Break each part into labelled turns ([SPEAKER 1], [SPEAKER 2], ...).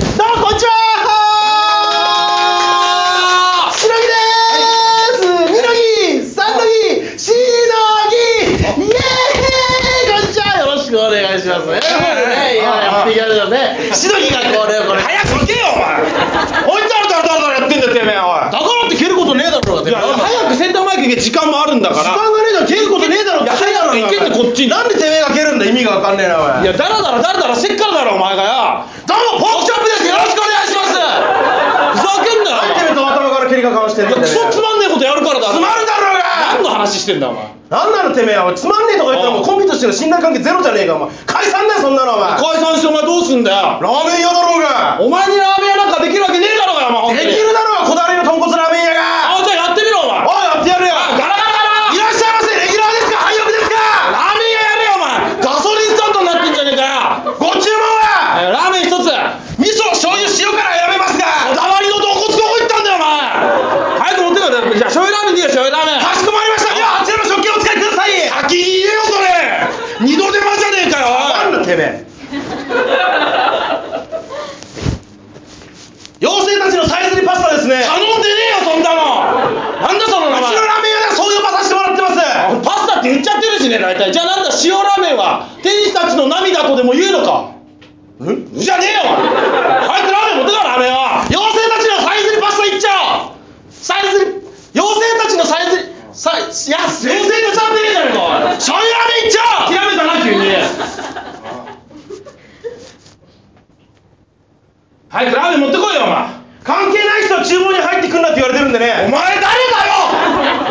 [SPEAKER 1] んにちはしのぎでーすみのぎさんのぎしのぎイエーイこんにちはよろしくお願いしますね。ね、やっていきましょうね。しのぎがこれ、これ。
[SPEAKER 2] 早く行けよお前おいだらだらだらだらやってんだよてめえお
[SPEAKER 1] だからって蹴ることねえだろうが、
[SPEAKER 2] いいや早くセンターマイク行け時間もあるんだか
[SPEAKER 1] 時間
[SPEAKER 2] ら
[SPEAKER 1] がねえだろ、蹴ることねえだろうが、早く行けってこっちに。
[SPEAKER 2] なんでてめえが蹴るんだ意味がわかんねえなお
[SPEAKER 1] いや、
[SPEAKER 2] 前
[SPEAKER 1] だらだらだらだらせっからだろ、お前がよ。どうも、フォークチョップです。よろしくお願いします。ふざけんなよ。
[SPEAKER 2] なんでてめえ頭から蹴りがかわしてんだよ
[SPEAKER 1] お前ク
[SPEAKER 2] てめえ
[SPEAKER 1] ソつまんねえことやるからだろ。
[SPEAKER 2] つまるだろうが
[SPEAKER 1] 何の話してんだ、お前。
[SPEAKER 2] なんなのてめえはお前つまんねえとか言ったらも
[SPEAKER 1] おう
[SPEAKER 2] うコンビとしての信頼関係ゼロじゃねえかお前解散だよそんなのお前
[SPEAKER 1] 解散してお前どうすんだよ。
[SPEAKER 2] ラーメン屋だろうが
[SPEAKER 1] お前にラーメン屋なんかできるわけねえだろうがよ、お前。本当
[SPEAKER 2] で
[SPEAKER 1] に
[SPEAKER 2] きるだろうがこだわりの豚骨ラーメン屋
[SPEAKER 1] あ、
[SPEAKER 2] が
[SPEAKER 1] じゃあやってみろ、お前。
[SPEAKER 2] おいやってやるよ
[SPEAKER 1] ガラガラガラ
[SPEAKER 2] いらっしゃいませレギュラーですか配役です
[SPEAKER 1] ラー
[SPEAKER 2] か
[SPEAKER 1] メン屋やれよ、お前。ガソリンスタンドになってんじゃねえかよ。
[SPEAKER 2] ご注文
[SPEAKER 1] えー
[SPEAKER 2] は
[SPEAKER 1] ラーメン一つ。こ
[SPEAKER 2] 味噌醤油塩から選べますが
[SPEAKER 1] だわりの洞骨どこ行ったんだよ、お前。早く持ってこい。じゃあ醤油ラーメンでいいよ、醤油ラーメン。
[SPEAKER 2] かしこまりましたではあちらの食器をお使いください
[SPEAKER 1] 先に言えよそれ二度手間じゃねえかよ
[SPEAKER 2] なんだてめえ妖精たちのサイズにパスタですねう
[SPEAKER 1] 頼んでねえよそんなのなんだその名
[SPEAKER 2] ちの
[SPEAKER 1] 前
[SPEAKER 2] ラーメン屋ではそういうパスタしてもらってます
[SPEAKER 1] パスタって言っちゃってるしね大体じゃあなんだ塩ラーメンは天使たちの涙とでも言えのか
[SPEAKER 2] ん
[SPEAKER 1] じゃねえよお前早くラーメン持ってこいラーメンは妖精たちのサイズにパスタいっちゃおうサイズに妖精たちのサイズにさいや妖精たちゃってねえじゃねえかおい醤油ラーメンいっちゃおう諦めたな急に早くラーメン持ってこいよお前
[SPEAKER 2] 関係ない人は厨房に入ってくんなって言われてるん
[SPEAKER 1] お
[SPEAKER 2] で
[SPEAKER 1] 前
[SPEAKER 2] ね
[SPEAKER 1] 誰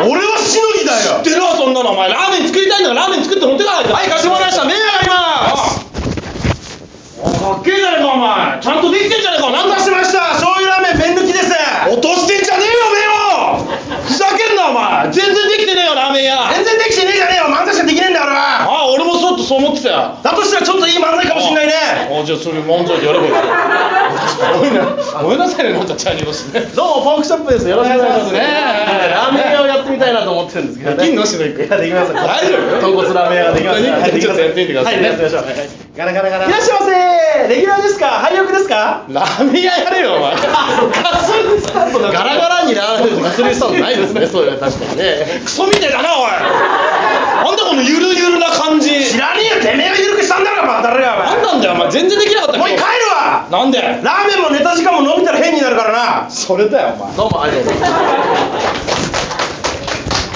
[SPEAKER 1] だよ
[SPEAKER 2] 俺はしのぎだ
[SPEAKER 1] 知ってるわそんなのお前ラーメン作りたいんだからラーメン作って持ってかないとはいかしこまりました麺上がりますかっけえじゃねえかお前ちゃんとできてんじゃねえか何出してました
[SPEAKER 2] 醤油ラーメン麺抜きです
[SPEAKER 1] 落としてんじゃねえよ麺をふざけんなお前全然できてねえよラーメン屋
[SPEAKER 2] 全然できてねえじゃねえよ漫才しかできねえんだよ俺は
[SPEAKER 1] あ俺もちょっとそう思ってたよ
[SPEAKER 2] だとしたらちょっといい漫才かもしんないね
[SPEAKER 1] あじゃあそれ漫才でやればいいごめんなごめんなさいねなんかチャーニーロスね
[SPEAKER 2] どうもフォークショップですよろしくお願いします
[SPEAKER 1] ねえ
[SPEAKER 2] ラーメン屋をやってみたいなと思ってるんですけどね
[SPEAKER 1] 金のしのいく
[SPEAKER 2] いやできますよ
[SPEAKER 1] 大丈夫
[SPEAKER 2] 豚骨ラーメン屋ができますよ
[SPEAKER 1] ちょっとやってみてくださいね
[SPEAKER 2] はいやってみましょうガラガラガラいらっしゃいませレギュラーですか配役ですか
[SPEAKER 1] ラーメン屋やれよお前
[SPEAKER 2] ガソリンスタンドだ
[SPEAKER 1] ガラガラにラーメンガソリンスタンドないですねそれは確かにねクソみてえだなおいなんだこのゆるゆるな感じ
[SPEAKER 2] 知らねえよてめえが緩くしたんだろバカだろよお
[SPEAKER 1] なんなんだよお前全然できなかった
[SPEAKER 2] 前もう帰るわ
[SPEAKER 1] なんで
[SPEAKER 2] ラーメンもネタ時間も伸びたら変になるからな
[SPEAKER 1] それだよお前
[SPEAKER 3] どうもありがとうございます。